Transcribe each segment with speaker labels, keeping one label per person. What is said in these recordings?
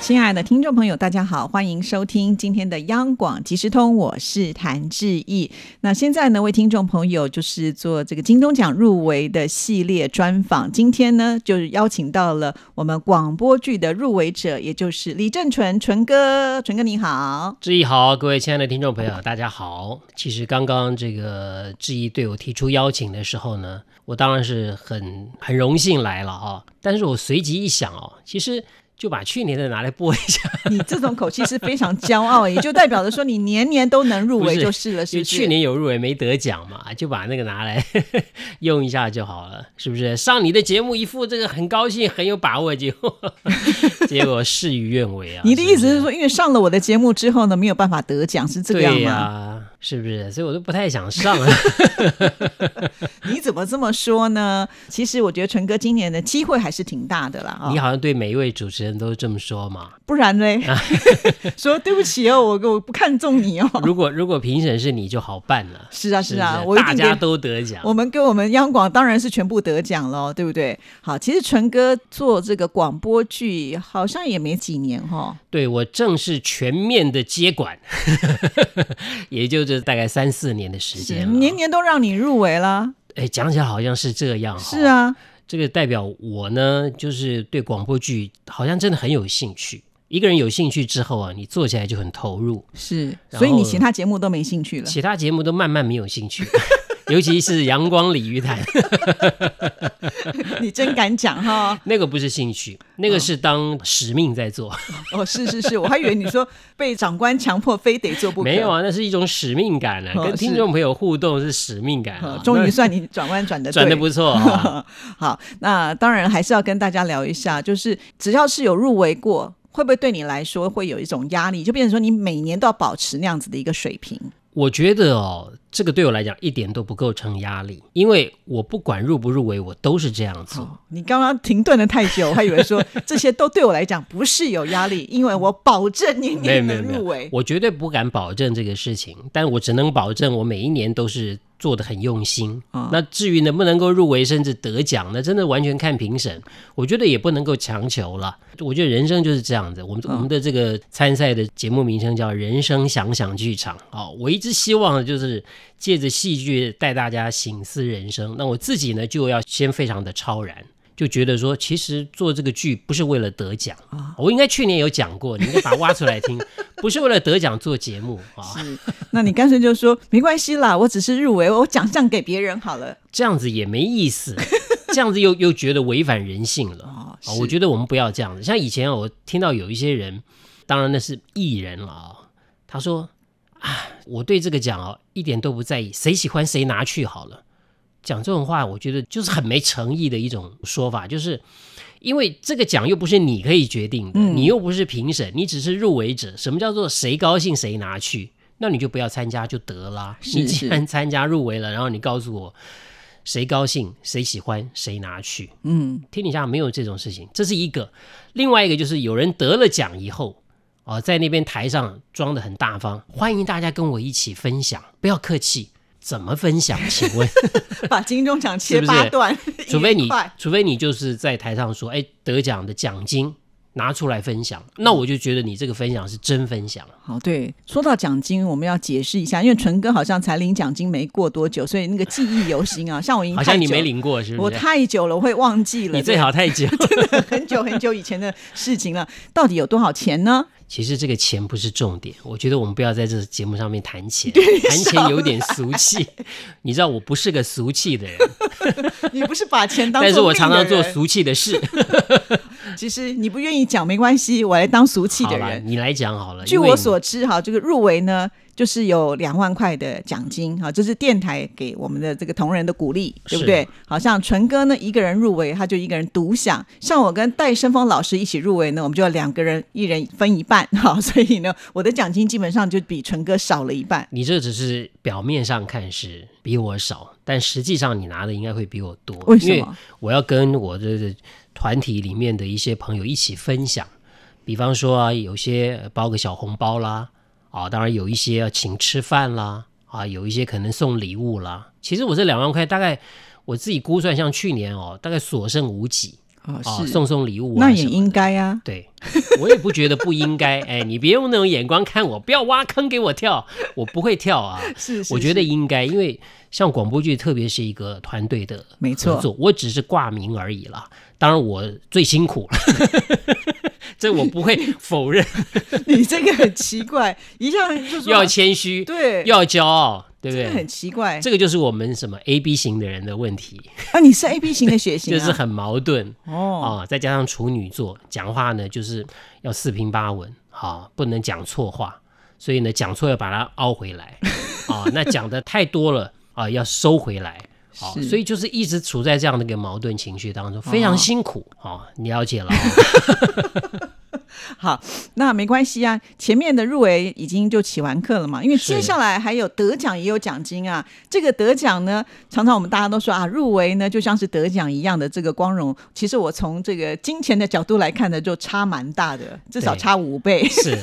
Speaker 1: 亲爱的听众朋友，大家好，欢迎收听今天的央广即时通，我是谭志毅。那现在呢，为听众朋友就是做这个金钟奖入围的系列专访。今天呢，就是邀请到了我们广播剧的入围者，也就是李正淳淳哥。淳哥你好，
Speaker 2: 志毅好，各位亲爱的听众朋友，大家好。其实刚刚这个志毅对我提出邀请的时候呢，我当然是很很荣幸来了啊、但是我随即一想哦，其实就把去年的拿来播一下。
Speaker 1: 你这种口气是非常骄傲，也就代表着说你年年都能入围
Speaker 2: 不是
Speaker 1: 就是了，是
Speaker 2: 就
Speaker 1: 不是？
Speaker 2: 去年有入围没得奖嘛，就把那个拿来 用一下就好了，是不是？上你的节目一副这个很高兴、很有把握，结果 结果事与愿违啊！
Speaker 1: 你的
Speaker 2: 是不
Speaker 1: 意思是说，因为上了我的节目之后呢，没有办法得奖，是这个样
Speaker 2: 对
Speaker 1: 吗？
Speaker 2: 呀、是不是？所以我都不太想上了。
Speaker 1: 你怎么这么说呢？其实我觉得淳哥今年的机会还是挺大的啦啊、
Speaker 2: 你好像对每一位主持人都这么说嘛？
Speaker 1: 不然 嘞， 说对不起哦，我我不看中你 哦。
Speaker 2: 如果如果评审是你就好办了，
Speaker 1: 是啊，
Speaker 2: 是
Speaker 1: 是
Speaker 2: 不
Speaker 1: 啊，
Speaker 2: 是
Speaker 1: 我一
Speaker 2: 大
Speaker 1: 定
Speaker 2: 家
Speaker 1: 给
Speaker 2: 都得奖。
Speaker 1: 我们跟我们央广当然是全部得奖喽，对不对？好，其实淳哥做这个广播剧好像也没几年哈、
Speaker 2: 对我正式全面的接管， 也就是大概三四年的时
Speaker 1: 是
Speaker 2: 间
Speaker 1: 年
Speaker 2: 了。
Speaker 1: 年都让你入围啦。
Speaker 2: 哎，讲起来好像是这样、哦。
Speaker 1: 是，啊，
Speaker 2: 这个代表我呢，就是对广播剧好像真的很有兴趣。一个人有兴趣之后啊，你做起来就很投入，
Speaker 1: 是，
Speaker 2: 然后
Speaker 1: 所以你其他节目都没兴趣 了。
Speaker 2: 其他节目都慢慢没有兴趣， 尤其是《阳光鲤鱼潭》，
Speaker 1: 你真敢讲哈！
Speaker 2: 那个不是兴趣，那个是当使命在做。
Speaker 1: 哦，是是是，我还以为你说被长官强迫非得 做不可。
Speaker 2: 没有啊，那是一种使命感啊，
Speaker 1: 哦
Speaker 2: 跟听众朋友互动是使命感
Speaker 1: 好
Speaker 2: 啊。
Speaker 1: 终于
Speaker 2: 那
Speaker 1: 算你转弯转的
Speaker 2: 转的不错啊。
Speaker 1: 好，那当然还是要跟大家聊一下，就是只要是有入围过，会不会对你来说会有一种压力，就变成说你每年都要保持那样子的一个水平？
Speaker 2: 我觉得哦，这个对我来讲一点都不构成压力，因为我不管入不入围，我都是这样做。
Speaker 1: 哦，你刚刚停顿的太久，我还以为说这些都对我来讲不是有压力，因为我保证年
Speaker 2: 没有
Speaker 1: 年
Speaker 2: 没
Speaker 1: 能
Speaker 2: 有没
Speaker 1: 入
Speaker 2: 有
Speaker 1: 围，。
Speaker 2: 我绝对不敢保证这个事情，但我只能保证我每一年都是做的很用心。
Speaker 1: 哦
Speaker 2: 那至于能不能够入围甚至得奖，那真的完全看评审，我觉得也不能够强求了。我觉得人生就是这样子，我们、
Speaker 1: 嗯
Speaker 2: 我们的这个参赛的节目名称叫“人生想想剧场”哦，我一直希望的就是借着戏剧带大家醒思人生。那我自己呢，就要先非常的超然。就觉得说，其实做这个剧不是为了得奖
Speaker 1: 啊
Speaker 2: 我应该去年有讲过，你应该把它挖出来听， 不是为了得奖做节目啊，
Speaker 1: 是，那你干脆就说没关系啦，我只是入围，我奖项给别人好了。
Speaker 2: 这样子也没意思， 这样子又又觉得违反人性了。
Speaker 1: 哦，
Speaker 2: 啊，我觉得我们不要这样子。像以前啊我听到有一些人，当然那是艺人了啊、他说啊，我对这个奖哦一点都不在意，谁喜欢谁拿去好了。讲这种话，我觉得就是很没诚意的一种说法，就是因为这个奖又不是你可以决定的，
Speaker 1: 嗯
Speaker 2: 你又不是评审，你只是入围者。什么叫做谁高兴谁拿去？那你就不要参加就得啦。
Speaker 1: 是
Speaker 2: 你既
Speaker 1: 是
Speaker 2: 然参加入围了， 然后你告诉我谁高兴、谁喜欢、谁拿去，
Speaker 1: 嗯，
Speaker 2: 天底下没有这种事情，这是一个。另外一个就是有人得了奖以后，哦，在那边台上装的很大方，欢迎大家跟我一起分享，不要客气。怎么分享？请 问，
Speaker 1: 把金钟奖切
Speaker 2: 是不是
Speaker 1: 八段，
Speaker 2: 除非你
Speaker 1: 一块，
Speaker 2: 除非你就是在台上说，哎，得奖的奖金拿出来分享，那我就觉得你这个分享是真分享。
Speaker 1: 好，对，说到奖金，我们要解释一下，因为淳哥好像才领奖金没过多久，所以那个记忆犹新啊。像我已经
Speaker 2: 好
Speaker 1: 太
Speaker 2: 像你
Speaker 1: 久
Speaker 2: 没，领过，是不
Speaker 1: 我
Speaker 2: 是？
Speaker 1: 太久了，我会忘记了。
Speaker 2: 你最好太久。
Speaker 1: 对很久很久以前的事情了，到底有多少钱呢？
Speaker 2: 其实这个钱不是重点，我觉得我们不要在这节目上面谈钱，
Speaker 1: 对
Speaker 2: 谈
Speaker 1: 少
Speaker 2: 钱有点俗气。 你知道我不是个俗气的人，
Speaker 1: 你不是把钱当
Speaker 2: 但是
Speaker 1: 做
Speaker 2: 我
Speaker 1: 命
Speaker 2: 常
Speaker 1: 的
Speaker 2: 常做
Speaker 1: 人，
Speaker 2: 俗气的事。
Speaker 1: 其实你 不愿意讲没关系，我来当俗气
Speaker 2: 好
Speaker 1: 的
Speaker 2: 了，
Speaker 1: 人。
Speaker 2: 你来讲好了。
Speaker 1: 据
Speaker 2: 啊因为
Speaker 1: 我
Speaker 2: 你
Speaker 1: 所知，哈，这个入围呢，就是有两万块的奖金，好，这是电台给我们的这个同仁的鼓励，对不对？好像纯哥呢一个人入围，他就一个人独享；像我跟戴胜峰老师一起入围呢，我们就要两个人一人分一半，哈， 所以呢，我的奖金基本上就比纯哥少了一半。
Speaker 2: 你这只是表面上看是比我少，但实际上你拿的应该会比我多。
Speaker 1: 为什
Speaker 2: 因
Speaker 1: 么？
Speaker 2: 我要跟我的团体里面的一些朋友一起分享，比方说啊，有些呃包个小红包啦，啊，当然有一些要请吃饭啦，啊，有一些可能送礼物啦。其实我这两万块大概我自己估算，像去年哦，大概所剩无几
Speaker 1: 哦
Speaker 2: 啊，
Speaker 1: 是，
Speaker 2: 送送礼物啊
Speaker 1: 那
Speaker 2: 什
Speaker 1: 也
Speaker 2: 么的
Speaker 1: 应该啊。
Speaker 2: 对，我也不觉得不应该。哎，你别用那种眼光看我，不要挖坑给我跳，我不会跳啊。
Speaker 1: 是， 是
Speaker 2: 我觉
Speaker 1: 是
Speaker 2: 得应该，因为像广播剧，特别是一个团队的
Speaker 1: 没错
Speaker 2: 合作，我只是挂名而已啦。当然，我最辛苦了， 这我不会 否认。
Speaker 1: 你这个很奇怪，一下就说
Speaker 2: 要谦虚，
Speaker 1: 对，
Speaker 2: 要骄傲，对不
Speaker 1: 真的
Speaker 2: 对
Speaker 1: 很？奇怪。
Speaker 2: 这个就是我们什么 A B 型的人的问题，
Speaker 1: 啊，你是 A B 型的血型、
Speaker 2: 就
Speaker 1: 啊，
Speaker 2: 是很矛盾
Speaker 1: 哦，
Speaker 2: 啊、再加上处女座，讲话呢就是要四平八稳，啊，不能讲错话，所以呢讲错要把它凹回 来，啊、那讲的太多了啊、要收回来。好、
Speaker 1: 是
Speaker 2: 所以就是一直处在这样的一个矛盾情绪当中，非常
Speaker 1: 哦
Speaker 2: 辛苦哦你了解了哦、
Speaker 1: 好，那没关系啊。前面的入围已经就起完课了嘛，因为
Speaker 2: 是
Speaker 1: 接下来还有得奖也有奖金啊。这个得奖呢，常常我们大家都说啊，入围呢就像是得奖一样的这个光荣。其实我从这个金钱的角度来看呢，就差蛮大的，至少
Speaker 2: 对
Speaker 1: 差五倍。
Speaker 2: 是。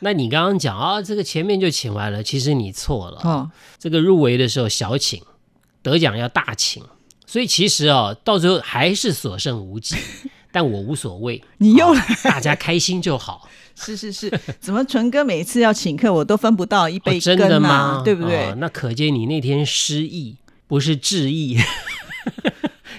Speaker 2: 那你刚刚讲啊，这个前面就请完了，其实你错了。
Speaker 1: 哦，
Speaker 2: 这个入围的时候小请，得奖要大请，所以其实啊、到最后还是所剩 无几。但我无所谓，
Speaker 1: 你又
Speaker 2: 来、哦大家开心 就好。
Speaker 1: 是是是，怎么纯哥每次要请客，我都分不到一
Speaker 2: 哦
Speaker 1: 杯
Speaker 2: 真
Speaker 1: 羹
Speaker 2: 的
Speaker 1: 啊，
Speaker 2: 吗？
Speaker 1: 对不对？
Speaker 2: 哦那可见你那天失忆， 不是致意，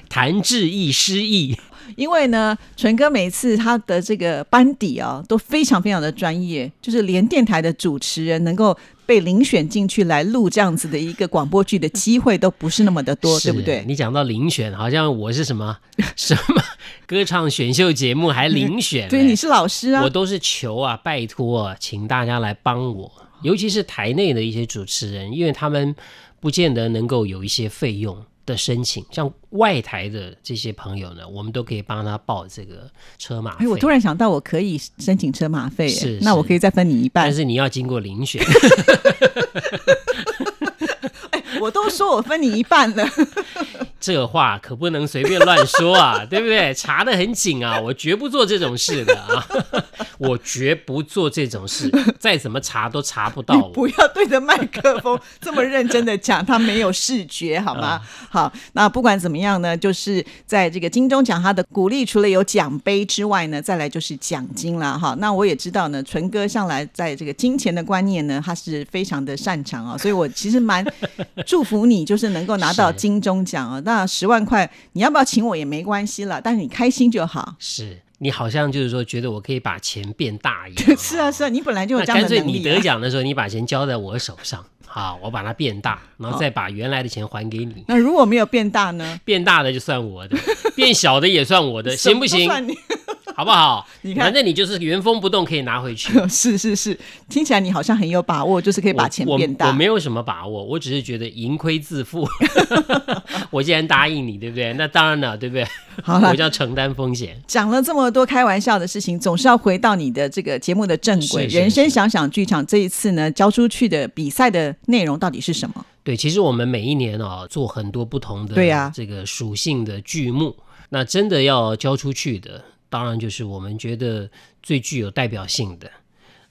Speaker 2: 谈致意失忆。
Speaker 1: 因为呢，纯哥每次他的这个班底啊，都非常非常的专业，就是连电台的主持人能够被遴选进去来录这样子的一个广播剧的机会都不是那么的多，
Speaker 2: 是
Speaker 1: 对不对？
Speaker 2: 你讲到遴选，好像我是什么 什么歌唱选秀节目 还遴选、
Speaker 1: 对，你是老师啊
Speaker 2: 我，都是求啊，拜托、啊，请大家来帮我，尤其是台内的一些主持人，因为他们不见得能够有一些费用的申请，像外台的这些朋友呢，我们都可以帮他报这个车马费。
Speaker 1: 哎，我突然想到，我可以申请车马费，
Speaker 2: 是
Speaker 1: 那
Speaker 2: 是
Speaker 1: 我可以再分你一半
Speaker 2: 但。是你要经过遴选，
Speaker 1: 我都说我分你一半了，
Speaker 2: 这话可不能随便乱说啊，对不对？查得很紧啊，我绝不做这种事的啊， 我绝不做这种事，再怎么查都查不到
Speaker 1: 你
Speaker 2: 我。
Speaker 1: 不要对着麦克风 这么认真的讲，他没有视觉，好
Speaker 2: 嗯
Speaker 1: 吗？好，那不管怎么样呢，就是在这个金钟奖，他的鼓励除了有奖杯之外呢，再来就是奖金啦。哈。那我也知道呢，纯哥向来在这个金钱的观念呢，他是非常的擅长啊、所以我其实蛮祝福你，就是能够拿到
Speaker 2: 是
Speaker 1: 金钟奖啊、那十万块，你要不要请我也没关系了，但是你开心就 好。
Speaker 2: 是你好像就是说，觉得我可以把钱变大一样。
Speaker 1: 是啊，是啊，你本来就有
Speaker 2: 那
Speaker 1: 这样
Speaker 2: 干
Speaker 1: 的
Speaker 2: 脆
Speaker 1: 能
Speaker 2: 你
Speaker 1: 力、
Speaker 2: 得
Speaker 1: 啊。
Speaker 2: 奖的时候，你把钱交在我手上， 好，我把它变大，然后再把原来的钱还给你。
Speaker 1: 那如果没有变大呢？
Speaker 2: 变大的就算我的， 变小的也算我的，呃行 不
Speaker 1: 什么都
Speaker 2: 行？
Speaker 1: 算你
Speaker 2: 好不好？
Speaker 1: 你看
Speaker 2: 反正你就是原封不动可以拿回去。
Speaker 1: 是是是，听起来你好像很有把握，就是可 以把钱
Speaker 2: 我
Speaker 1: 变
Speaker 2: 我，
Speaker 1: 大
Speaker 2: 我。没有什么把握，我只是觉得盈亏自负。 我既然答应你，对不对？那当然了，对不对？
Speaker 1: 好了
Speaker 2: 我就，要承担风险。
Speaker 1: 讲了这么多开玩笑的事情，总是要回到你的这个节目的正轨。
Speaker 2: 是是
Speaker 1: 人生
Speaker 2: 是
Speaker 1: 想想剧场这一次呢，交出去的比赛的内容到底是什么？
Speaker 2: 对，其实我们每一年啊、做很多不同的
Speaker 1: 对呀
Speaker 2: 这个属性的剧目，那真的要交出去的，当然就是我们觉得最具有代表性的。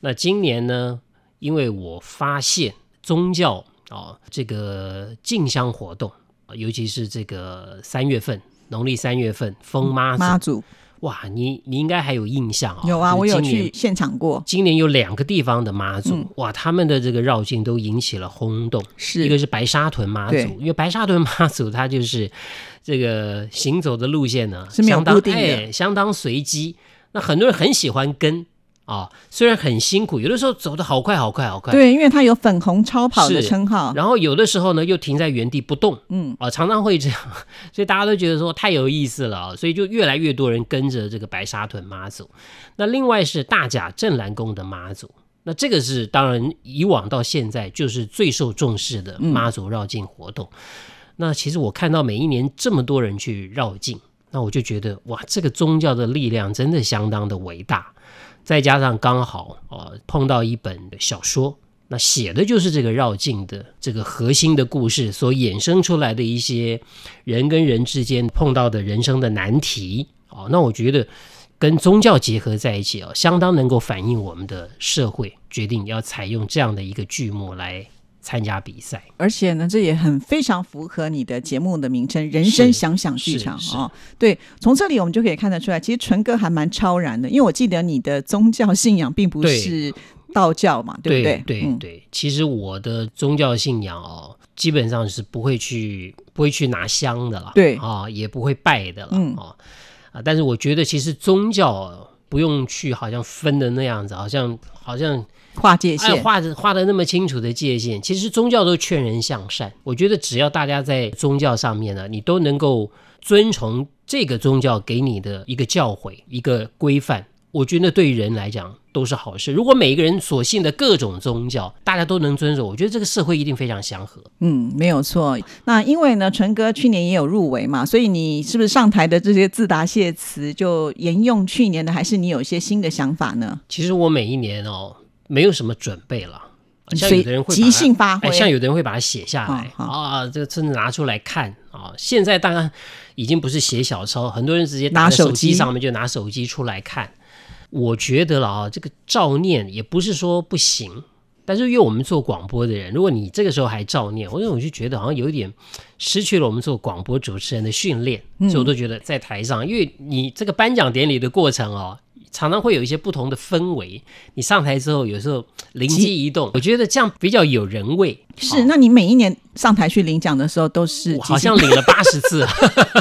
Speaker 2: 那今年呢，因为我发现宗教啊、这个进香活动，尤其是这个三月份。农历三月份，疯妈祖，
Speaker 1: 妈祖
Speaker 2: 哇，你你应该还有印象啊、
Speaker 1: 有啊，
Speaker 2: 就是
Speaker 1: 我有
Speaker 2: 今年
Speaker 1: 去现场过，
Speaker 2: 今年有两个地方的妈祖，
Speaker 1: 嗯
Speaker 2: 哇，他们的这个绕境都引起了轰动。
Speaker 1: 是
Speaker 2: 一个是白沙屯妈祖
Speaker 1: 对，
Speaker 2: 因为白沙屯妈祖它就是这个行走的路线呢
Speaker 1: 是没有
Speaker 2: 相当
Speaker 1: 固定的
Speaker 2: 哎，相当随机。那很多人很喜欢跟啊、虽然很辛苦，有的时候走得好快好快好快，
Speaker 1: 对，因为他有粉红超跑的
Speaker 2: 是
Speaker 1: 称号。
Speaker 2: 然后有的时候呢又停在原地不动啊、
Speaker 1: 嗯，
Speaker 2: 常常会这样，所以大家都觉得说太有意思了啊、所以就越来越多人跟着这个白沙屯妈祖。那另外是大甲镇澜宫的妈祖。那这个是当然，以往到现在就是最受重视的妈祖绕境活动。那其实我看到每一年这么多人去绕境，那我就觉得哇，这个宗教的力量真的相当的伟大。再加上刚好呃碰到一本小说，那写的就是这个绕境的这个核心的故事所衍生出来的一些人跟人之间碰到的人生的难题。哦，那我觉得跟宗教结合在一起哦，相当能够反映我们的社会，决定要采用这样的一个剧目来参加比赛。
Speaker 1: 而且呢，这也很非常符合你的节目的名称“人生想想剧场
Speaker 2: 是”是
Speaker 1: 哦。对，从这里我们就可以看得出来，其实纯哥还蛮超然的，因为我记得你的宗教信仰并不
Speaker 2: 对
Speaker 1: 是道教嘛，对
Speaker 2: 对
Speaker 1: 不对？嗯
Speaker 2: 对其实我的宗教信仰哦，基本上是不会去不会去拿香的啦，
Speaker 1: 对
Speaker 2: 啊、也不会拜的啦，
Speaker 1: 嗯
Speaker 2: 啊啊，但是我觉得其实宗教哦不用去好像分的那样子，好像好像
Speaker 1: 划界
Speaker 2: 哎
Speaker 1: 线。
Speaker 2: 画的画的那么清楚的界限，其实宗教都劝人向善。我觉得只要大家在宗教上面呢，你都能够遵从这个宗教给你的一个教诲、一个规范，我觉得对于人来讲都是好事。如果每一个人所信的各种宗教，大家都能遵守，我觉得这个社会一定非常祥和。
Speaker 1: 嗯，没有错。那因为呢，纯哥去年也有入围嘛，所以你是不是上台的这些自答谢词就沿用去年的，还是你有一些新的想法呢？
Speaker 2: 其实我每一年哦，没有什么准备了。像有的人会把它
Speaker 1: 即兴发挥，
Speaker 2: 哎，像有的人会把它写下来
Speaker 1: 哦
Speaker 2: 啊，这个甚至拿出来看啊。现在当然已经不是写小抄，很多人直接
Speaker 1: 拿
Speaker 2: 打在
Speaker 1: 手
Speaker 2: 手机
Speaker 1: 机
Speaker 2: 上面就拿手机出来看。我觉得了啊，这个照念也不是说不行，但是因为我们做广播的人，如果你这个时候还照念，我我就觉得好像有一点失去了我们做广播主持人的训练，
Speaker 1: 嗯
Speaker 2: 所以我都觉得在台上，因为你这个颁奖典礼的过程哦，常常会有一些不同的氛围。你上台之后，有时候灵机一动，我觉得这样比较有人味。
Speaker 1: 是，那你每一年上台去领奖的时候都是
Speaker 2: 我
Speaker 1: 即
Speaker 2: 好
Speaker 1: 兴
Speaker 2: 像领了八十次，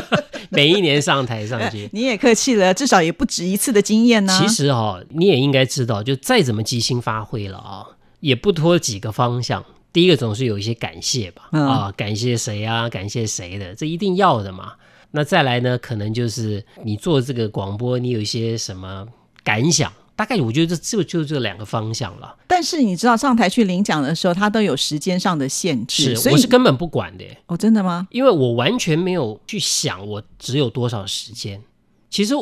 Speaker 2: 每一年上台上去。
Speaker 1: 你也客气了，至少也不止一次的经验呢、
Speaker 2: 其实哈、你也应该知道，就再怎么即兴发挥了啊、也不脱几个方向。第一个总是有一些感谢吧，
Speaker 1: 嗯
Speaker 2: 啊，感谢谁啊，感谢谁的，这一定要的嘛。那再来呢，可能就是你做这个广播，你有一些什么感想？大概我觉得这就就这两个方向了。
Speaker 1: 但是你知道上台去领奖的时候，它都有时间上的限制，所以
Speaker 2: 我是根本不管的耶，
Speaker 1: 哦，真的吗？
Speaker 2: 因为我完全没有去想我只有多少时间。其实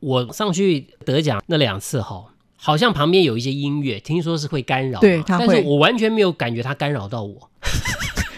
Speaker 2: 我上去得奖那两次哈，好像旁边有一些音乐，听说是会干扰嘛，
Speaker 1: 对它会
Speaker 2: 但是我完全没有感觉它干扰到我，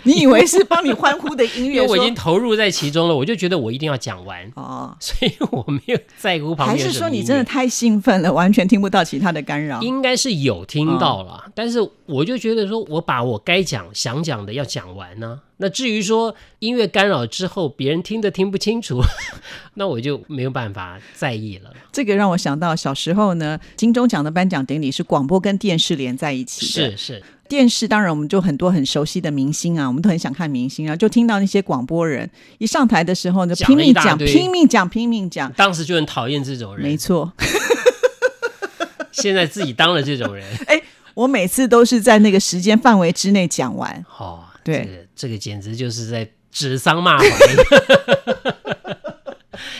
Speaker 1: 你以为是帮你欢呼的音
Speaker 2: 因
Speaker 1: 乐
Speaker 2: 为
Speaker 1: 说？
Speaker 2: 我已经投入在其中了，我就觉得我一定要讲完，
Speaker 1: 哦，
Speaker 2: 所以我没有在乎旁
Speaker 1: 还
Speaker 2: 边
Speaker 1: 是
Speaker 2: 什
Speaker 1: 说
Speaker 2: 么
Speaker 1: 你
Speaker 2: 音
Speaker 1: 真的
Speaker 2: 乐
Speaker 1: 太兴奋了，完全听不到其他的干扰？
Speaker 2: 应该是有听到啦，
Speaker 1: 嗯
Speaker 2: 但是我就觉得说，我把我该讲、想讲的要讲完呢、那至于说音乐干扰之后别人听得听不清楚， 那我就没有办法在意了。
Speaker 1: 这个让我想到小时候呢，金钟奖的颁奖典礼是广播跟电视连在一起的。
Speaker 2: 是是，
Speaker 1: 电视当然我们就很多很熟悉的明星啊，我们都很想看明星啊，就听到那些广播人一上台的时候呢，
Speaker 2: 讲
Speaker 1: 拼
Speaker 2: 了一
Speaker 1: 命
Speaker 2: 大
Speaker 1: 讲、
Speaker 2: 堆
Speaker 1: 拼命讲、拼命讲，
Speaker 2: 当时就很讨厌这种
Speaker 1: 没
Speaker 2: 人，
Speaker 1: 错。
Speaker 2: 现在自己当了这种人，
Speaker 1: 我每次都是在那个时间范围之内讲完。
Speaker 2: 哦，
Speaker 1: 对
Speaker 2: 这个，这个简直就是在指桑骂槐。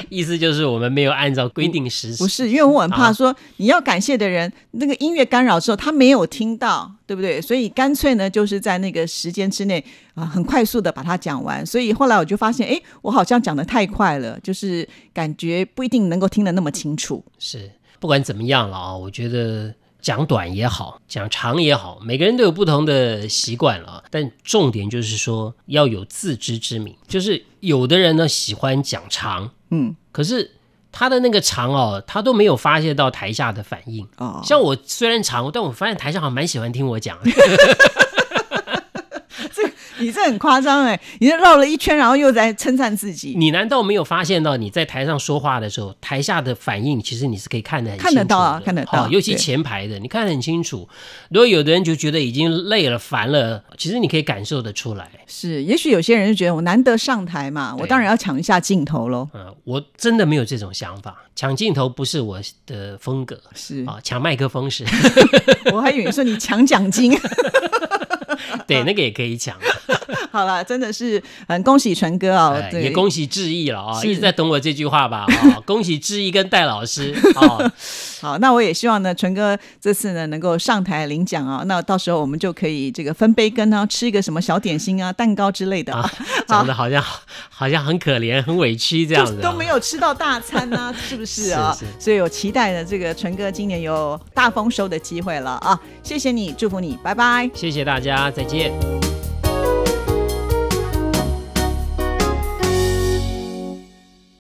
Speaker 2: 意思就是我们没有按照规定实施，
Speaker 1: 不是，因为我很
Speaker 2: 啊
Speaker 1: 怕说你要感谢的人，那个音乐干扰之后他没有听到，对不对？所以干脆呢，就是在那个时间之内啊、很快速的把它讲完。所以后来我就发现，哎，我好像讲的太快了，就是感觉不一定能够听得那么清楚。
Speaker 2: 是，不管怎么样了啊，我觉得讲短也好，讲长也好，每个人都有不同的习惯了啊。但重点就是说要有自知之明，就是有的人呢喜欢讲长，
Speaker 1: 嗯，
Speaker 2: 可是他的那个长哦，他都没有发泄到台下的反应。
Speaker 1: 哦，
Speaker 2: 像我虽然长，但我发现台上好像蛮喜欢听我讲的。
Speaker 1: 你这很夸张哎、你这绕了一圈，然后又在称赞自己，
Speaker 2: 你难道没有发现到你在台上说话的时候，台下的反应其实你是可以看得很清
Speaker 1: 看
Speaker 2: 楚
Speaker 1: 得到啊
Speaker 2: 的
Speaker 1: 看得到
Speaker 2: 哦尤其
Speaker 1: 对
Speaker 2: 前排的，你看得很清楚。如果有的人就觉得已经累了、烦了，其实你可以感受得出来。
Speaker 1: 是？也许有些人就觉得我难得上台嘛，我
Speaker 2: 对
Speaker 1: 当然要抢一下镜头喽。
Speaker 2: 嗯，我真的没有这种想法，抢镜头不是我的风格
Speaker 1: 是，
Speaker 2: 啊，抢麦克 风是
Speaker 1: 我还以为说你抢奖金。
Speaker 2: 对，那个也可以抢。
Speaker 1: 好了，真的是很恭喜纯哥哦，
Speaker 2: 哎
Speaker 1: 对，
Speaker 2: 也恭喜志毅了啊、
Speaker 1: 是
Speaker 2: 一直在等我这句话吧啊、 恭喜志毅跟戴老师啊、
Speaker 1: 好，那我也希望呢，纯哥这次呢能够上台领奖啊，那到时候我们就可以这个分杯羹啊，吃一个什么小点心啊、蛋糕之类的啊，
Speaker 2: 讲的好像好像很可怜、很委屈这样
Speaker 1: 就
Speaker 2: 子、啊
Speaker 1: 都没有吃到大餐 啊，是不是啊？
Speaker 2: 是是
Speaker 1: 所以我期待呢，这个纯哥今年有大丰收的机会了啊！谢谢你，祝福你，拜拜。
Speaker 2: 谢谢大家，再见。